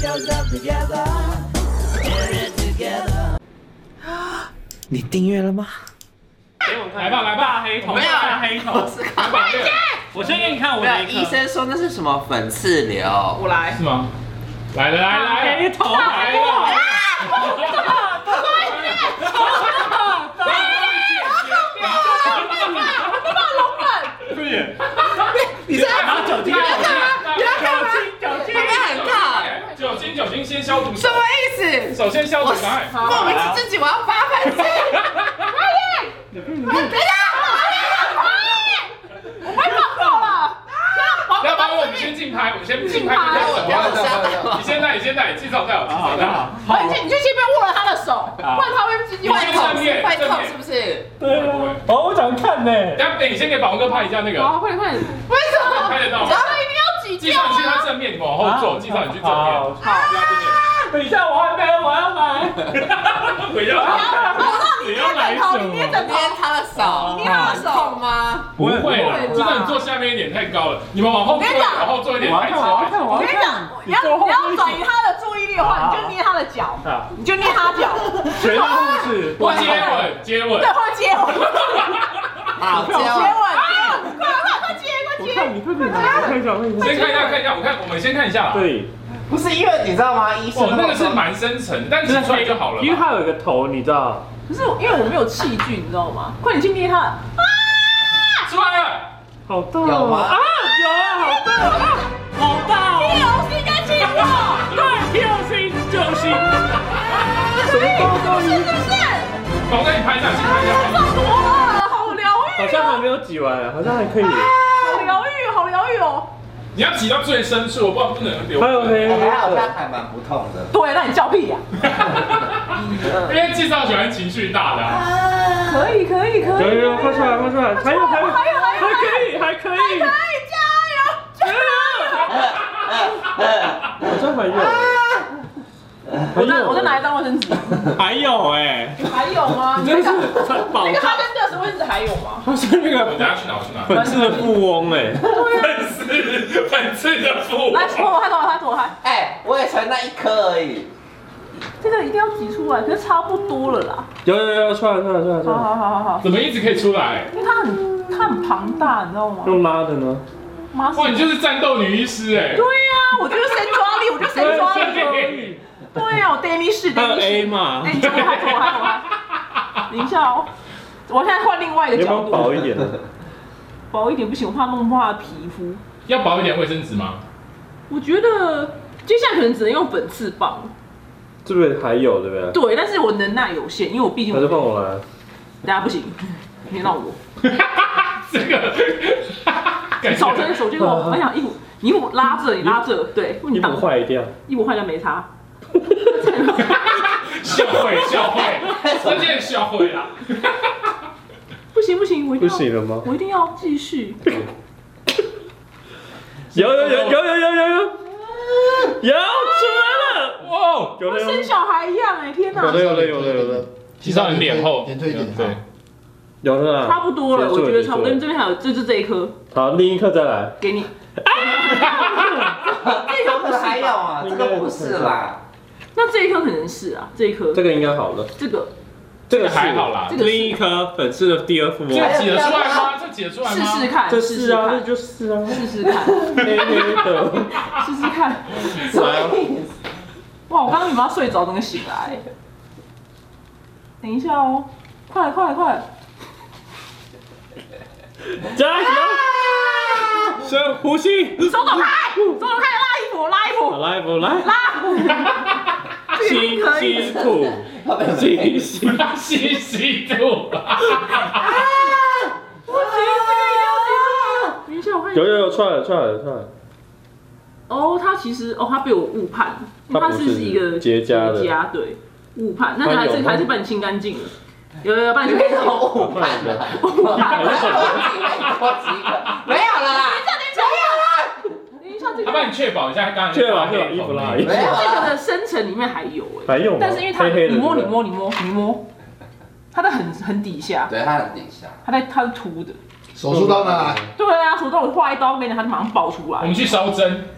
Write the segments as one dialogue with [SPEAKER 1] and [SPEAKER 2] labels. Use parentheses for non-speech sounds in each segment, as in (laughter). [SPEAKER 1] shows up together. Did it together.
[SPEAKER 2] 你订阅了吗？
[SPEAKER 3] 来吧来吧，黑头
[SPEAKER 4] 没有
[SPEAKER 3] 看黑头，
[SPEAKER 4] 我是看
[SPEAKER 3] 快点，我先给你看我
[SPEAKER 4] 没
[SPEAKER 3] 的一
[SPEAKER 4] 有，
[SPEAKER 3] 颗
[SPEAKER 4] 医生说那是什么粉刺瘤，
[SPEAKER 5] 我来
[SPEAKER 3] 是，吗？来了来了来了，黑头来了。
[SPEAKER 4] 你这样
[SPEAKER 3] 酒精，酒精，酒精，
[SPEAKER 4] 会不会很烫？
[SPEAKER 3] 酒精，酒精，先消毒。
[SPEAKER 4] 什么意思？
[SPEAKER 3] 首先消毒，赶快。
[SPEAKER 4] 莫名其妙，我要发粉刺。
[SPEAKER 3] 要帮我，你先竞拍，我先竞拍。
[SPEAKER 5] 哎
[SPEAKER 4] 我要
[SPEAKER 3] 你先带，你先带，至少带我，至少带我。
[SPEAKER 5] 好，你去你去前面握了他的手，不然他会自己
[SPEAKER 4] 会痛
[SPEAKER 3] 正面
[SPEAKER 4] 会痛是不是？
[SPEAKER 3] 对啊。
[SPEAKER 2] 哦，我想看呢。
[SPEAKER 3] (laughs) 等下，你先给宝哥拍一下那个，
[SPEAKER 5] 好，快点快点，为什么？
[SPEAKER 3] 拍得到吗？
[SPEAKER 5] 然后一定要挤
[SPEAKER 3] 介
[SPEAKER 5] 掉
[SPEAKER 3] 绍你去他
[SPEAKER 5] 啊！
[SPEAKER 3] 正面，你往后坐。介绍你去正面。
[SPEAKER 2] 等一下，我还没，我要买。
[SPEAKER 3] 我要，
[SPEAKER 5] 你要来
[SPEAKER 2] 什么
[SPEAKER 5] 你捏枕头，
[SPEAKER 4] 捏他的手，
[SPEAKER 5] 捏他的手
[SPEAKER 4] 痛吗？
[SPEAKER 3] 不会啦，真的你坐下面一点太高了，你们往后坐，往后坐一点，抬起来。
[SPEAKER 5] 我
[SPEAKER 2] 我
[SPEAKER 5] 跟你讲，你要你要转移他的注意力的话，你就捏他的脚，
[SPEAKER 2] 啊，
[SPEAKER 5] 你就捏他脚，
[SPEAKER 2] 学的故事，
[SPEAKER 3] 不接吻，接吻
[SPEAKER 5] 对，。或者接吻，接吻，
[SPEAKER 4] 好，接
[SPEAKER 5] 接
[SPEAKER 4] 吻。
[SPEAKER 5] 吻，快快快接，快
[SPEAKER 2] 我
[SPEAKER 5] 接！
[SPEAKER 2] 看你快点拿，我看一下，我看一
[SPEAKER 3] 先
[SPEAKER 2] 下。
[SPEAKER 3] 看一下，看一下，我看，我们先看一下。，
[SPEAKER 2] 对，
[SPEAKER 4] 不是因为你知道吗？医生
[SPEAKER 3] 哦，那个是蛮深层，但挤出来就好了嘛。
[SPEAKER 2] 因为它有一个头，你知道？
[SPEAKER 5] 可是因为我没有器具，你知道吗？快点去捏他，
[SPEAKER 3] 出来了，
[SPEAKER 2] 好大哦
[SPEAKER 4] 有吗
[SPEAKER 2] 啊，有啊，好大啊，好大哦！
[SPEAKER 5] 有心该亲我，
[SPEAKER 2] 对，天有心就心，什么高高
[SPEAKER 5] 是
[SPEAKER 2] 一，
[SPEAKER 5] 不是？
[SPEAKER 3] 宝哥你拍一下，先拍一下。
[SPEAKER 5] 好疗
[SPEAKER 2] 好
[SPEAKER 5] 愈，
[SPEAKER 2] 像还没有挤完，好像还可以。
[SPEAKER 5] 哎好疗愈，好疗愈哦。
[SPEAKER 3] 你要挤到最深处，我不然不能流。
[SPEAKER 2] 还有黑黑
[SPEAKER 6] 还好像
[SPEAKER 2] 的，
[SPEAKER 6] 还蛮不痛的。
[SPEAKER 5] 对，那你叫屁呀？
[SPEAKER 2] 哎
[SPEAKER 3] (laughs) 因为介绍喜欢情绪大的、
[SPEAKER 2] (laughs)
[SPEAKER 3] 啊，
[SPEAKER 5] 可以，可以，可
[SPEAKER 2] 有
[SPEAKER 5] 以。
[SPEAKER 2] 有有，快出来，快出来，还有还有
[SPEAKER 5] 还有还有
[SPEAKER 2] 还可以，还可以，
[SPEAKER 5] 可以加油！
[SPEAKER 2] 好像还有。还
[SPEAKER 5] 我再我再拿
[SPEAKER 2] 有，
[SPEAKER 5] 一张卫生纸。
[SPEAKER 2] 还有哎，
[SPEAKER 5] 还有吗？
[SPEAKER 2] 真是宝
[SPEAKER 5] 那个哈
[SPEAKER 2] 藏，
[SPEAKER 5] 根达斯卫生纸还有吗？
[SPEAKER 2] 它是那
[SPEAKER 3] 我
[SPEAKER 2] 个
[SPEAKER 3] 等下去拿，我去拿。
[SPEAKER 2] 本次的富翁
[SPEAKER 3] (laughs)
[SPEAKER 2] 哎，
[SPEAKER 3] 粉丝，粉丝的父
[SPEAKER 5] 来，脱我拍，脱我拍，脱我拍。
[SPEAKER 4] 哎，我也才那一颗而已。
[SPEAKER 5] 这个一定要挤出来，可是差不多了啦。
[SPEAKER 2] 有有有，出来出来出来出
[SPEAKER 5] 好好
[SPEAKER 2] 来，
[SPEAKER 5] 好好好，
[SPEAKER 3] 怎么一直可以出来？
[SPEAKER 5] 因为它很它很庞大，你知道吗？
[SPEAKER 2] 用拉的呢？
[SPEAKER 5] 妈
[SPEAKER 3] 哇，你
[SPEAKER 5] 是。
[SPEAKER 3] 就是战斗女医师哎、
[SPEAKER 5] 对呀，我就是神抓力，我就神抓力。
[SPEAKER 3] 对
[SPEAKER 5] 对呀，我 daily 是
[SPEAKER 2] 还有
[SPEAKER 5] daily 是
[SPEAKER 2] A。嘛
[SPEAKER 5] 哎，？你怎么还怎么还怎么还？等一下哦，我现在换另外一个
[SPEAKER 2] 你要
[SPEAKER 5] 角
[SPEAKER 2] 不要
[SPEAKER 5] 度，
[SPEAKER 2] 薄一点呢？
[SPEAKER 5] 薄一点不行，我怕弄破他的皮肤。
[SPEAKER 3] 要薄一点卫生纸吗？ (laughs)
[SPEAKER 5] 我觉得接下来可能只能用粉刺棒，
[SPEAKER 2] 这边还有对不对？
[SPEAKER 5] 对，但是我能耐有限，因为我毕竟
[SPEAKER 2] 那就放我来。
[SPEAKER 5] 大家不行，别闹我，
[SPEAKER 3] 这个， (laughs)
[SPEAKER 2] 哎
[SPEAKER 3] 感
[SPEAKER 5] 手伸手就给我，哎呀，衣服你衣服拉着，你拉着，对，
[SPEAKER 2] 啊衣
[SPEAKER 5] 你
[SPEAKER 2] 服
[SPEAKER 5] 挡，
[SPEAKER 2] 坏掉，
[SPEAKER 5] 衣服换掉没差，
[SPEAKER 3] 笑会笑
[SPEAKER 5] (laughs)
[SPEAKER 3] 会，真的笑会啊啦。
[SPEAKER 5] 不行不行，我一
[SPEAKER 2] 不
[SPEAKER 5] 定要，
[SPEAKER 2] 行了吗？
[SPEAKER 5] 我一定要继续，
[SPEAKER 2] 有有有有有有有有，有出来了！
[SPEAKER 3] 哇，
[SPEAKER 2] 有的
[SPEAKER 5] 生小孩一样哎，天哪，
[SPEAKER 2] 有的有的有的有的
[SPEAKER 3] 提到你脸后，
[SPEAKER 6] 点退一点
[SPEAKER 3] 对，
[SPEAKER 2] 有的
[SPEAKER 5] 差
[SPEAKER 2] 啦。
[SPEAKER 5] 不多了，
[SPEAKER 2] 结束
[SPEAKER 5] 我
[SPEAKER 2] 了
[SPEAKER 5] 觉得差不多，
[SPEAKER 2] 结束了
[SPEAKER 5] 这边还有，这就这一颗
[SPEAKER 2] 好，另一颗再来。
[SPEAKER 5] 给
[SPEAKER 2] (laughs)
[SPEAKER 5] 你，哎
[SPEAKER 4] 这个还有啊，这
[SPEAKER 2] 应该
[SPEAKER 4] 个不是啦。
[SPEAKER 5] 那这一颗可能是啊，这一颗
[SPEAKER 2] 这，个应该好了，
[SPEAKER 5] 这个
[SPEAKER 2] 这
[SPEAKER 3] 这还好。啦
[SPEAKER 5] 这。个是
[SPEAKER 2] 另一颗粉刺的第二副
[SPEAKER 3] 这
[SPEAKER 2] 膜，
[SPEAKER 3] 个挤得出来吗？这挤得出来
[SPEAKER 5] 试
[SPEAKER 3] 吗？
[SPEAKER 5] 试看，
[SPEAKER 2] 这
[SPEAKER 5] 试
[SPEAKER 2] 是
[SPEAKER 5] 试
[SPEAKER 2] 啊，这
[SPEAKER 5] 看，
[SPEAKER 2] 就是啊， (laughs)
[SPEAKER 5] 试试看， (laughs)
[SPEAKER 2] 黑黑的。
[SPEAKER 5] 试试看，
[SPEAKER 2] 来啊，
[SPEAKER 5] 哇，我刚刚你妈睡着，怎么醒来？等一下哦，快快快！
[SPEAKER 2] 加油！深呼吸。
[SPEAKER 5] 松手开，松手开，拉衣服，拉衣
[SPEAKER 2] 好
[SPEAKER 5] 服，
[SPEAKER 2] 来不来？
[SPEAKER 5] 啊这
[SPEAKER 2] 吸
[SPEAKER 5] 个可以
[SPEAKER 2] 吸。吐，吸吸。
[SPEAKER 3] (laughs) 西西度，啊
[SPEAKER 5] 啊等一下，我看一下
[SPEAKER 2] (laughs) 有。有有，出来了出来了出来了。
[SPEAKER 5] 哦，他其实哦，他被我误判，因为
[SPEAKER 2] 他
[SPEAKER 5] 他
[SPEAKER 2] 不
[SPEAKER 5] 是
[SPEAKER 2] 是
[SPEAKER 5] 一个
[SPEAKER 2] 结痂的
[SPEAKER 5] 结痂对，误判。那
[SPEAKER 2] 他
[SPEAKER 5] 你还
[SPEAKER 2] 有
[SPEAKER 5] 是
[SPEAKER 2] 吗
[SPEAKER 5] 还是把你清干净了。有有有，
[SPEAKER 4] 啊
[SPEAKER 5] 把你清干净。
[SPEAKER 4] 我
[SPEAKER 2] 看一
[SPEAKER 4] 啊
[SPEAKER 2] 下，
[SPEAKER 5] 误判。
[SPEAKER 4] 多几个，没有了啦，
[SPEAKER 5] 等一下，这
[SPEAKER 3] 他帮
[SPEAKER 5] 个
[SPEAKER 3] 你确保一下，他刚刚
[SPEAKER 2] 确保确保衣服拉衣服
[SPEAKER 4] 没有
[SPEAKER 5] 这个
[SPEAKER 4] 了。
[SPEAKER 5] 的深层里面还有哎，
[SPEAKER 2] 还有啊吗
[SPEAKER 5] 但是因为它
[SPEAKER 2] 黑黑的
[SPEAKER 5] 你摸
[SPEAKER 2] 对
[SPEAKER 5] 你
[SPEAKER 2] 不对
[SPEAKER 5] 摸你摸你摸，它的很很底下，
[SPEAKER 4] 对，它很底下。
[SPEAKER 5] 它在它是凸的。
[SPEAKER 6] 手术刀拿来，
[SPEAKER 5] 对啊，手动我划一刀，我跟你讲，它就马上爆出
[SPEAKER 3] 我
[SPEAKER 5] 来
[SPEAKER 3] 们。去烧针，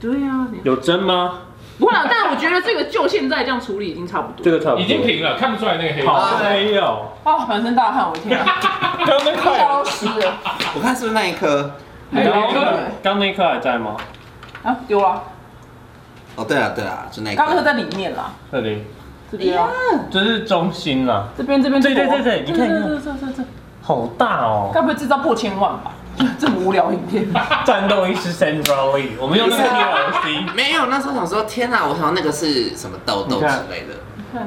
[SPEAKER 5] 对啊，你
[SPEAKER 2] 有针吗？
[SPEAKER 5] 不会啦，但我觉得这个就现在这样处理已经差不多。
[SPEAKER 2] 这个差不多
[SPEAKER 3] 已经平了，看不出来那个黑。
[SPEAKER 2] 好没有，
[SPEAKER 5] 哦，满身大汗，我的天、啊，
[SPEAKER 2] 刚刚那块，啊
[SPEAKER 5] 消失了
[SPEAKER 4] 我看是不是那一颗？
[SPEAKER 3] 还有一
[SPEAKER 2] 刚
[SPEAKER 3] 颗
[SPEAKER 2] 刚刚那一颗还在吗？
[SPEAKER 5] 啊，丢了，
[SPEAKER 4] 哦，对了对了，是那一颗。
[SPEAKER 5] 刚刚那个在里面啦，
[SPEAKER 2] 这里，
[SPEAKER 5] 这边啊，
[SPEAKER 2] 这是中心啦，
[SPEAKER 5] 这边这啊边，
[SPEAKER 2] 对对对对
[SPEAKER 5] 这
[SPEAKER 2] 你看你看
[SPEAKER 5] 这这这这，
[SPEAKER 2] 好大哦。
[SPEAKER 5] 该不会制造破千万吧？这么无聊影片，
[SPEAKER 2] 战斗医师 Sandra Lee，我们用那个
[SPEAKER 5] 啊
[SPEAKER 2] PLC，
[SPEAKER 4] 没有，那时候想说，天哪，我想那个是什么痘痘
[SPEAKER 2] 你看
[SPEAKER 4] 之类的，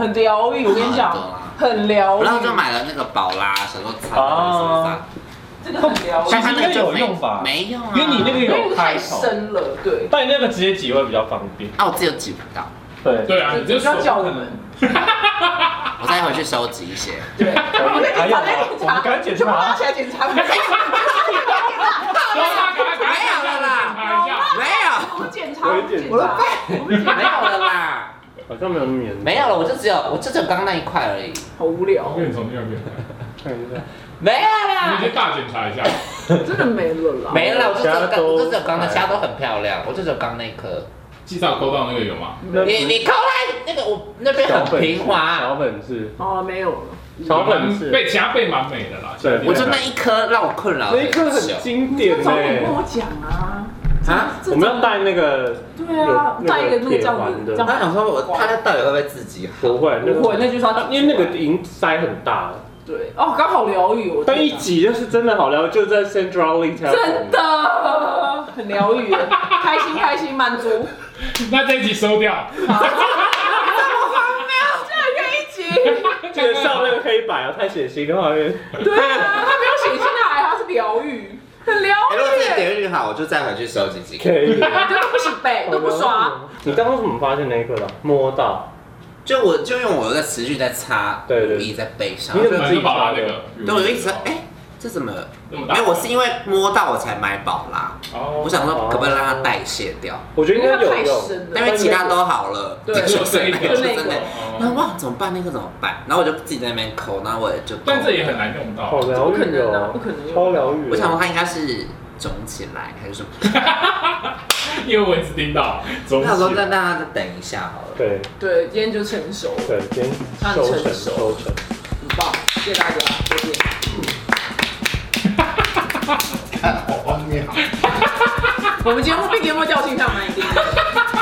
[SPEAKER 5] 很疗愈，我跟你讲
[SPEAKER 4] 好多啦，
[SPEAKER 5] 很疗愈。
[SPEAKER 4] 然后就买啊了那个宝啦，想说擦到身上
[SPEAKER 2] 哦，
[SPEAKER 5] 这个很疗愈
[SPEAKER 2] 其
[SPEAKER 4] 但
[SPEAKER 2] 实，
[SPEAKER 4] 它那个就
[SPEAKER 2] 应该有用吧
[SPEAKER 4] 没用啊，
[SPEAKER 2] 因为你那个
[SPEAKER 5] 因为
[SPEAKER 2] 有
[SPEAKER 5] 太
[SPEAKER 2] 开头，
[SPEAKER 5] 深了，对，
[SPEAKER 2] 但你那个直接挤会比较方便。
[SPEAKER 4] 啊，我自己有挤不到，
[SPEAKER 2] 对，
[SPEAKER 3] 对啊，你
[SPEAKER 5] 不
[SPEAKER 3] 这
[SPEAKER 5] 要
[SPEAKER 3] 手 (laughs)
[SPEAKER 5] 叫我们，
[SPEAKER 4] 我再回去收集一些。
[SPEAKER 2] (laughs)
[SPEAKER 5] 对，我们
[SPEAKER 2] 还有吗哎我们
[SPEAKER 5] 赶
[SPEAKER 2] 赶
[SPEAKER 5] 紧
[SPEAKER 2] 紧
[SPEAKER 5] 检查，就
[SPEAKER 2] 检查
[SPEAKER 5] 帮他起来检
[SPEAKER 2] (laughs)
[SPEAKER 5] 查。
[SPEAKER 3] 没有
[SPEAKER 4] 了啦没有，
[SPEAKER 5] 我检查，
[SPEAKER 2] 我
[SPEAKER 5] 我
[SPEAKER 2] 也
[SPEAKER 5] 检
[SPEAKER 2] 检查
[SPEAKER 5] 查， (laughs) 我们检
[SPEAKER 4] 没有
[SPEAKER 5] 查，
[SPEAKER 4] 了啦，
[SPEAKER 2] 好像没有那么严重。
[SPEAKER 4] 没有了，我就只有我就只有刚刚那一块而已，
[SPEAKER 5] 好无聊
[SPEAKER 3] 我，跟你从第二遍来，
[SPEAKER 2] 看一下，
[SPEAKER 4] 没有
[SPEAKER 3] 你
[SPEAKER 4] 啦，
[SPEAKER 3] 先大检查一下。
[SPEAKER 5] 真的没了啦。
[SPEAKER 4] 没了，我就只有
[SPEAKER 2] 其他
[SPEAKER 4] 刚，
[SPEAKER 2] 都
[SPEAKER 4] 我就只有刚那，其他都很漂亮，我就只有刚那一颗。
[SPEAKER 3] 记上勾到那个有吗？
[SPEAKER 2] 那
[SPEAKER 4] 你你靠来，那个我那边很平滑，
[SPEAKER 2] 小本是
[SPEAKER 5] 哦，没有了。
[SPEAKER 2] 啊小本是，
[SPEAKER 3] 被夹背蛮美的啦。
[SPEAKER 2] 对
[SPEAKER 4] 我就那一颗让我困扰了
[SPEAKER 2] 那一刻
[SPEAKER 4] 很
[SPEAKER 2] 很
[SPEAKER 4] 久
[SPEAKER 2] 经典
[SPEAKER 5] 那
[SPEAKER 2] 呢
[SPEAKER 5] 早。点跟我讲啊！
[SPEAKER 4] 啊。
[SPEAKER 5] 这
[SPEAKER 2] 我们要带那个，
[SPEAKER 5] 对啊，
[SPEAKER 2] 有那个
[SPEAKER 5] 带一个那个这样子，
[SPEAKER 2] 铁环的
[SPEAKER 5] 这样
[SPEAKER 4] 他想说我，他到底会不会自己好？
[SPEAKER 2] 不会，那
[SPEAKER 5] 不会，那
[SPEAKER 2] 个，
[SPEAKER 5] 就是他，
[SPEAKER 2] 因为那个银塞很大了，
[SPEAKER 5] 对哦，刚好疗愈我。
[SPEAKER 2] 但一挤就是真的好疗，就在 Central Link 才有
[SPEAKER 5] 真的很疗愈，开心开心满
[SPEAKER 2] (laughs)
[SPEAKER 5] 足。
[SPEAKER 3] 那这一集收掉，
[SPEAKER 5] 这个愿意挤？
[SPEAKER 2] 这个上那个黑白啊，太血腥的画面。
[SPEAKER 5] 对啊，他没有写进来，他是疗愈，很疗
[SPEAKER 4] (laughs) 哎如果自己
[SPEAKER 5] 愈。
[SPEAKER 4] 点阅率好，我就再回去收集几个。
[SPEAKER 2] 可以。
[SPEAKER 5] 都不行呗，都不啊刷。。
[SPEAKER 2] 你刚刚怎么发现那一个的？摸到。
[SPEAKER 4] 就我就用我的词句在擦，
[SPEAKER 2] 对对
[SPEAKER 4] 故意在背上。
[SPEAKER 2] 你怎么
[SPEAKER 3] 反正宝拉那个。
[SPEAKER 4] 对，我就一直说，哎、这怎么？
[SPEAKER 3] 那么大
[SPEAKER 4] 没有，我是因为摸到我才买宝拉，
[SPEAKER 3] 哦
[SPEAKER 4] 我想说可不可以让它代谢掉，
[SPEAKER 2] 我觉得应该有
[SPEAKER 5] 太
[SPEAKER 2] 用。
[SPEAKER 5] 深
[SPEAKER 4] 但
[SPEAKER 5] 了，
[SPEAKER 4] 因为其他都好了，
[SPEAKER 5] 对
[SPEAKER 3] 就
[SPEAKER 4] 就
[SPEAKER 3] 那
[SPEAKER 4] 是
[SPEAKER 3] 一
[SPEAKER 4] 那
[SPEAKER 3] 个
[SPEAKER 4] 个，就真的。然
[SPEAKER 3] 哦
[SPEAKER 4] 后哇，怎么办？那个怎么办？然后我就自己在那边抠，然后我就抠。
[SPEAKER 3] 但这也很难用
[SPEAKER 2] 好
[SPEAKER 3] 到。
[SPEAKER 2] 疗
[SPEAKER 5] 不可
[SPEAKER 2] 愈
[SPEAKER 5] 能啊
[SPEAKER 2] 哦，
[SPEAKER 5] 不可能用
[SPEAKER 2] 超疗愈。
[SPEAKER 4] 我想说，它应该是肿起来还是什么？
[SPEAKER 3] (laughs) 因为我一直听到，总
[SPEAKER 4] 我
[SPEAKER 3] 体
[SPEAKER 4] 想说那那再等一下好了。
[SPEAKER 2] 对
[SPEAKER 5] 对，今天就成熟，
[SPEAKER 2] 对，先
[SPEAKER 5] 那
[SPEAKER 2] 收
[SPEAKER 5] 成
[SPEAKER 2] 成
[SPEAKER 5] 熟
[SPEAKER 2] 收成。
[SPEAKER 5] 很棒，谢谢大家，再见。
[SPEAKER 6] 好荒谬。
[SPEAKER 5] 我们节目并节目调性上蛮一定的。